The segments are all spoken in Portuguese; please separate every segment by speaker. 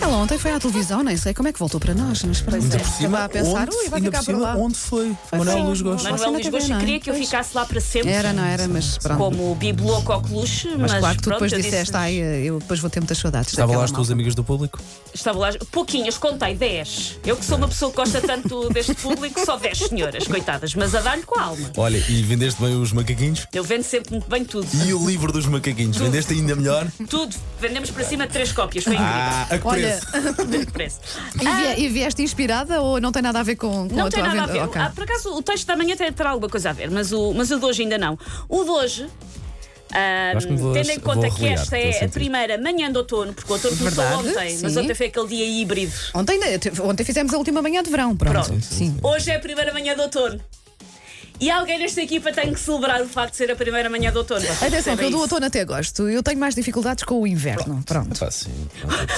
Speaker 1: Ela ontem foi à televisão, nem sei como é que voltou para nós, mas pronto.
Speaker 2: Ainda por cima,
Speaker 1: Estava a pensar,
Speaker 2: onde,
Speaker 1: ui, vai
Speaker 2: ainda
Speaker 1: ficar
Speaker 2: por
Speaker 1: por
Speaker 2: cima,
Speaker 1: lá.
Speaker 2: onde foi? Manuel Luís Gosta.
Speaker 1: Mas-
Speaker 3: Manuel Luís
Speaker 1: também,
Speaker 3: Gosta
Speaker 1: não é?
Speaker 3: queria que eu ficasse lá para sempre.
Speaker 1: Era, não era, mas pronto.
Speaker 3: Como bibelô coqueluche, mas,
Speaker 1: mas, claro que tu
Speaker 3: pronto,
Speaker 1: depois
Speaker 3: eu
Speaker 1: disseste,
Speaker 3: disse,
Speaker 1: ai, eh, eu depois vou ter muitas saudades.
Speaker 2: Estava lá
Speaker 1: daquela
Speaker 2: as tuas
Speaker 1: malta."
Speaker 2: amigas do público?
Speaker 3: Estava lá, pouquinhas, contei 10. Eu que sou uma pessoa que gosta tanto deste público, só 10 senhoras, coitadas, mas a dar-lhe com a alma.
Speaker 2: Olha, e vendeste bem os macaquinhos?
Speaker 3: Eu vendo sempre muito bem tudo.
Speaker 2: E o livro dos macaquinhos? Vendeste ainda melhor?
Speaker 3: Tudo. Vendemos para cima três cópias, foi incrível.
Speaker 2: Ah, a que
Speaker 1: Olha,
Speaker 2: preço?
Speaker 3: Muito preço.
Speaker 1: e, vie- e vieste inspirada ou não tem nada a ver com, com
Speaker 3: Ah. Não
Speaker 1: a
Speaker 3: tem
Speaker 1: tua
Speaker 3: nada a
Speaker 1: venda?
Speaker 3: ver.
Speaker 1: Ok.
Speaker 3: Ah, por acaso, o texto da manhã até terá alguma coisa a ver, mas o, mas o de hoje ainda não. O de hoje. ah,
Speaker 2: Acho que me vou-
Speaker 3: tendo em
Speaker 2: vou
Speaker 3: conta que
Speaker 2: arreliar, estou
Speaker 3: esta
Speaker 2: a
Speaker 3: é a
Speaker 2: sentir.
Speaker 3: primeira manhã de outono, porque o outono começou
Speaker 1: Verdade,
Speaker 3: ontem, mas
Speaker 1: sim.
Speaker 3: ontem foi aquele dia híbrido.
Speaker 1: Ontem, ainda- ontem fizemos a última manhã de verão, pronto.
Speaker 3: Pronto.
Speaker 1: Sim.
Speaker 3: Hoje é a primeira manhã de outono. E alguém nesta equipa tem que celebrar o facto de ser a primeira manhã de outono. Vocês
Speaker 1: Atenção, que eu
Speaker 3: percebem
Speaker 1: do
Speaker 3: isso?
Speaker 1: outono até gosto. Eu tenho mais dificuldades com o inverno. Pronto.
Speaker 2: Pá, sim.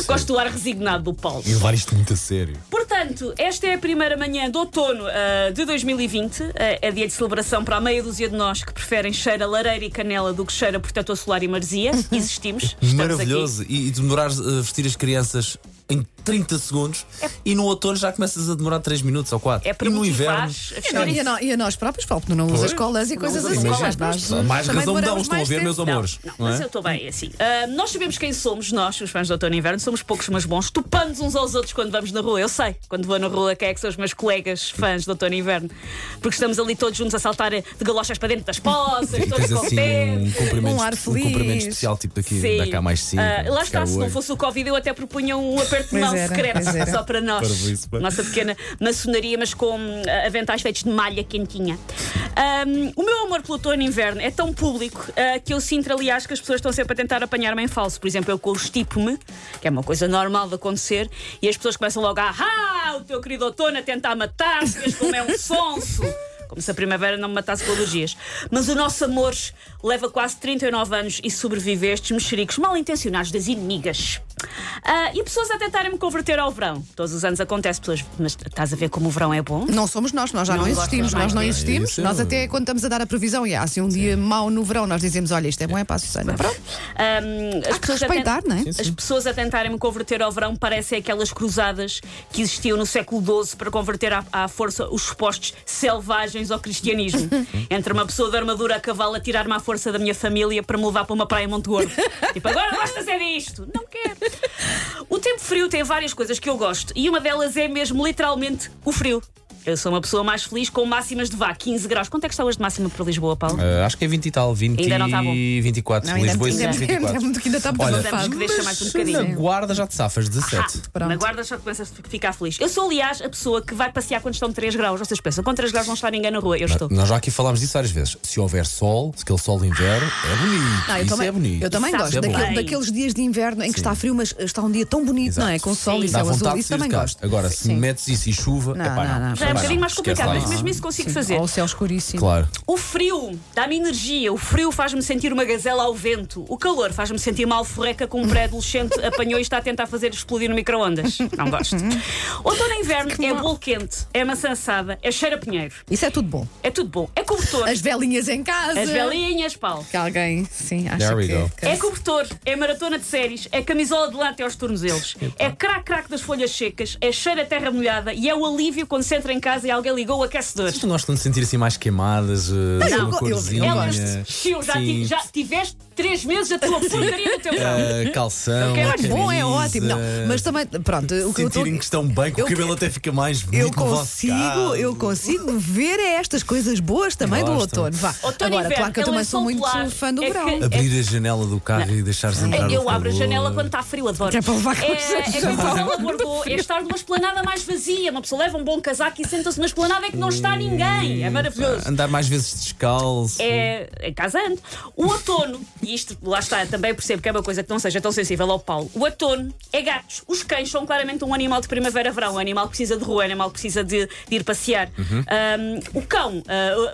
Speaker 3: Gosto do ar resignado do Paulo.
Speaker 2: E levar isto muito a sério.
Speaker 3: Portanto, esta é a primeira manhã de outono ah, de 2020. Ah, é dia de celebração para a meia dúzia de nós que preferem cheira a lareira e canela do que cheira protetor solar e maresia. Existimos. Estamos
Speaker 4: Uhum. Maravilhoso. E, e demorares a vestir as crianças em 30 segundos e no outono já começas a demorar 3 minutos ou 4.
Speaker 3: Aqui. É para
Speaker 4: e no inverno.
Speaker 3: motivar a é
Speaker 1: Não,
Speaker 3: fechar
Speaker 1: e, a
Speaker 3: isso.
Speaker 1: no- e a nós próprios, Paulo, porque não usa escolas e coisas
Speaker 3: usa
Speaker 1: assim.
Speaker 3: escolas,
Speaker 1: mas
Speaker 3: pois.
Speaker 1: nós
Speaker 4: Mais
Speaker 1: também
Speaker 4: razão me dão,
Speaker 1: demoramos
Speaker 4: estão a
Speaker 1: mais
Speaker 4: ver,
Speaker 1: tempo.
Speaker 4: meus amores.
Speaker 3: Não,
Speaker 4: não
Speaker 3: mas
Speaker 4: é?
Speaker 3: eu estou bem, é assim. Ah, nós sabemos quem somos, nós, os fãs do Outono e Inverno, somos poucos, mas bons. Topamos uns aos outros quando vamos na rua. Eu sei, quando vou na rua, quem é que são os meus colegas fãs do Outono e Inverno? Porque estamos ali todos juntos a saltar de galochas para dentro das poças, todos
Speaker 4: Tens assim um
Speaker 3: contentes.
Speaker 4: cumprimento,
Speaker 1: Um ar feliz.
Speaker 4: cumprimento especial, tipo daqui,
Speaker 3: Sim.
Speaker 4: da cá mais 5.
Speaker 3: Ah, lá está, se não fosse o Covid, eu até propunha um aperto de
Speaker 1: Pois
Speaker 3: mão
Speaker 1: era, pois
Speaker 3: secreto
Speaker 1: era.
Speaker 3: só para
Speaker 4: Para
Speaker 3: nós.
Speaker 4: isso, pá.
Speaker 3: Nossa pequena maçonaria, mas com ah, aventais feitos de malha quentinha. Ahm, o meu amor pelo outono e inverno é tão público ah, que eu sinto, aliás, que as pessoas estão sempre a tentar apanhar-me em falso. Por exemplo, eu com o estipo-me, que é uma coisa normal de acontecer, e as pessoas começam logo a ah, o teu querido outono a tentar matar-se, vês como é um sonso. Como se a primavera não me matasse com elogios. Mas o nosso amor leva quase 39 anos e sobrevive a estes mexericos mal intencionados das inimigas. Ah, e pessoas a tentarem me converter ao verão. Todos os anos acontece, pessoas, mas estás a ver como o verão é bom?
Speaker 1: Não somos nós, nós já não,
Speaker 3: Não gosto
Speaker 1: existimos,
Speaker 3: também.
Speaker 1: nós não
Speaker 3: É,
Speaker 1: existimos.
Speaker 2: isso é
Speaker 1: Nós
Speaker 2: um-
Speaker 1: até quando estamos a dar a previsão e há assim um dia mau no verão, nós dizemos: olha, isto é bom, é para a Susana. Pronto,
Speaker 3: Ahm, as
Speaker 1: há que respeitar, não é?
Speaker 2: Sim, sim.
Speaker 3: As pessoas a tentarem me converter ao verão parecem aquelas cruzadas que existiam no século XII para converter à, à força os supostos selvagens ao cristianismo. Entre uma pessoa de armadura a cavalo a tirar-me à força da minha família para me levar para uma praia em Monte Gordo. tipo, agora gostas é disto? Não quero. O tempo frio tem várias coisas que eu gosto e uma delas é mesmo literalmente o frio. Eu sou uma pessoa mais feliz com máximas de vá, 15 graus. Quanto é que está hoje de máxima para Lisboa, Paulo?
Speaker 4: Ah, acho que é 20 e tal, 20
Speaker 3: Ainda não tá bom.
Speaker 4: e 24.
Speaker 1: Não, ainda- é
Speaker 4: Lisboa é e
Speaker 1: ainda-
Speaker 4: Sines, 24.
Speaker 1: ainda- ainda está muito
Speaker 4: Olha,
Speaker 1: avançado.
Speaker 3: Vamos que deixa mais um
Speaker 4: mas na
Speaker 3: bocadinho.
Speaker 4: guarda já te safas, 17.
Speaker 1: Pronto.
Speaker 3: Na guarda só começas a ficar feliz. Eu sou, aliás, a pessoa que vai passear quando estão 3 graus. Vocês pensam, com 3 graus não está ninguém na rua. Eu estou.
Speaker 4: Nós já aqui falámos disso várias vezes. Se houver sol, se aquele sol de inverno, é bonito.
Speaker 1: Ah, eu
Speaker 4: Isso
Speaker 1: também,
Speaker 4: é bonito.
Speaker 1: eu também
Speaker 3: Isso
Speaker 1: gosto
Speaker 4: é bom.
Speaker 1: daquele-
Speaker 3: Bem.
Speaker 1: daqueles dias de inverno em que está frio, mas está um dia tão bonito,
Speaker 4: Exato.
Speaker 1: não é? Com sol e
Speaker 3: Sim.
Speaker 4: Dá
Speaker 1: céu azul,
Speaker 4: vontade de
Speaker 1: isso
Speaker 4: sair
Speaker 1: também
Speaker 4: de casa.
Speaker 1: gosto.
Speaker 4: Agora, se
Speaker 1: Sim.
Speaker 4: metes isso e chuva,
Speaker 1: Não,
Speaker 4: epá,
Speaker 1: não, não.
Speaker 3: Já é um bocadinho mais
Speaker 4: Esquece
Speaker 3: complicado,
Speaker 4: lá
Speaker 3: mas
Speaker 4: isso.
Speaker 3: mesmo isso consigo fazer.
Speaker 1: Ou o céu escuríssimo.
Speaker 4: Claro.
Speaker 3: O frio dá-me energia, o frio faz-me sentir uma gazela ao vento, o calor faz-me sentir mal forreca com um pré-adolescente apanhou e está a tentar fazer explodir no micro-ondas. Não gosto. Outono e inverno é bolo quente, é maçã assada, é cheiro a pinheiro,
Speaker 1: Isso é tudo bom.
Speaker 3: é tudo bom, é cobertor,
Speaker 1: As velinhas em casa.
Speaker 3: as velinhas, Paulo.
Speaker 1: Que alguém, sim, acha
Speaker 4: There we
Speaker 1: que,
Speaker 4: go.
Speaker 1: que-
Speaker 3: É cobertor, é maratona de séries, é camisola de lata aos tornozelos, é crac-crac das folhas secas, é cheiro a terra molhada e é o alívio quando se entra em casa e alguém ligou o aquecedor.
Speaker 4: Vocês não gostam de sentir assim mais queimadas, eh,
Speaker 1: eu
Speaker 4: uma
Speaker 1: go- eu- eu
Speaker 4: corzinha?
Speaker 3: Elas, tio, já, ti-
Speaker 4: Sim.
Speaker 3: já tiveste três meses a tua porcaria
Speaker 1: É.
Speaker 3: no teu verão.
Speaker 4: Eh, calção.
Speaker 3: Ok,
Speaker 4: a
Speaker 3: mas
Speaker 1: Bom, é
Speaker 4: camisa,
Speaker 1: ótimo. Não, mas também, pronto, o que eu tô-
Speaker 4: Sentirem que estão bem, que
Speaker 1: eu-
Speaker 4: o cabelo até fica mais bonito.
Speaker 1: eu
Speaker 4: no vosso
Speaker 1: consigo,
Speaker 4: caso.
Speaker 1: eu consigo ver é estas coisas boas também do
Speaker 4: Gostam.
Speaker 1: outono. Vá.
Speaker 3: Outono e
Speaker 1: Agora,
Speaker 3: inverno,
Speaker 1: claro que eu
Speaker 3: é um
Speaker 1: também sou
Speaker 3: lençol
Speaker 1: muito
Speaker 3: polar,
Speaker 1: fã do
Speaker 3: é
Speaker 1: verão.
Speaker 3: que-
Speaker 4: Abrir a janela do carro e deixares entrar.
Speaker 3: É, Eu
Speaker 4: o
Speaker 3: abro a
Speaker 4: calor.
Speaker 3: janela quando está frio, adoro.
Speaker 1: É para levar com
Speaker 3: É,
Speaker 1: as
Speaker 3: é que a pessoa abordou, é estar numa esplanada mais vazia. Uma pessoa leva um bom casaco e senta-se na esplanada em que não
Speaker 1: Hum.
Speaker 3: está ninguém. É maravilhoso.
Speaker 4: Andar mais vezes descalço.
Speaker 3: é em casa ando. O outono, e isto lá está, também percebo que é uma coisa que não seja tão sensível ao Paulo. O outono é gatos. Os cães são claramente um animal de primavera-verão. Um animal que precisa de rua, um animal que precisa de, de ir passear. Um, o cão,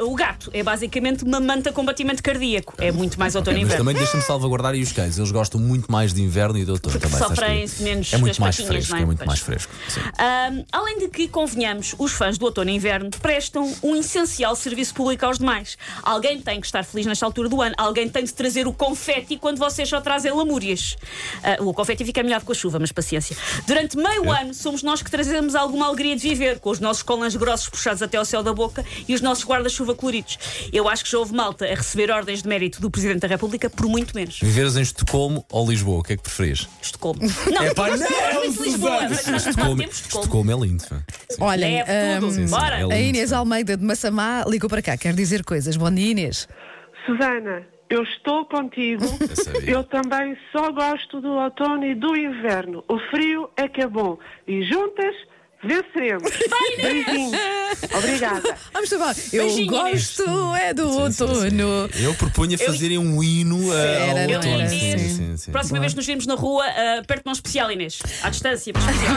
Speaker 3: uh, o o gato, é basicamente uma manta com batimento cardíaco. É muito mais outono e
Speaker 4: Mas
Speaker 3: inverno.
Speaker 4: também deixa-me salvaguardar e os cães. Eles gostam muito mais de inverno e de outono também. sabes
Speaker 3: sofrem
Speaker 4: que-
Speaker 3: menos
Speaker 4: É
Speaker 3: nas
Speaker 4: muito mais
Speaker 3: patinhas,
Speaker 4: fresco,
Speaker 3: não é?
Speaker 4: é muito
Speaker 3: Pois.
Speaker 4: mais fresco. sim.
Speaker 3: Ahm, além de que, convenhamos, os fãs do outono e inverno prestam um essencial serviço público aos demais. Alguém tem que estar feliz nesta altura do ano, alguém tem de trazer o confeti quando vocês só trazem lamúrias. Ah, o confeti fica melhor com a chuva, mas paciência. Durante meio ano, somos nós que trazemos alguma alegria de viver, com os nossos colãs grossos puxados até ao céu da boca e os nossos guarda-chuva coloridos. Eu acho que já houve malta a receber ordens de mérito do Presidente da República por muito menos.
Speaker 2: Viveres em Estocolmo ou Lisboa, o que é que preferias?
Speaker 3: Estocolmo. Não,
Speaker 2: É
Speaker 3: eu
Speaker 2: pá,
Speaker 3: gosto
Speaker 2: não,
Speaker 3: muito de Lisboa.
Speaker 2: Susana.
Speaker 3: mas nós- nós
Speaker 2: Estocolmo,
Speaker 3: temos Estocolmo.
Speaker 2: Estocolmo é lindo. pá. Sim.
Speaker 1: Olhem,
Speaker 3: Leve tudo.
Speaker 1: hum,
Speaker 3: Bora.
Speaker 2: Sim, sim, é
Speaker 1: a
Speaker 2: lindo.
Speaker 1: Inês Almeida de Massamá ligou para cá, quer dizer coisas. Bom dia, Inês.
Speaker 5: Susana, eu estou contigo.
Speaker 2: Eu sabia.
Speaker 5: Eu também só gosto do outono e do inverno. O frio é que é bom. E juntas venceremos. Beijinhos. Obrigada.
Speaker 1: Vamos chamar. Eu
Speaker 3: Beijinho,
Speaker 1: gosto é do
Speaker 2: Sim, sim, sim.
Speaker 1: outono.
Speaker 2: Eu propunha fazerem um hino
Speaker 4: eh,
Speaker 2: a-
Speaker 1: Era,
Speaker 2: ao
Speaker 1: não
Speaker 2: outono.
Speaker 1: era,
Speaker 2: Sim,
Speaker 1: sim.
Speaker 2: sim, sim.
Speaker 3: Próxima vez que nos vemos na rua, uh, perto de um especial, Inês. À distância, mas especial.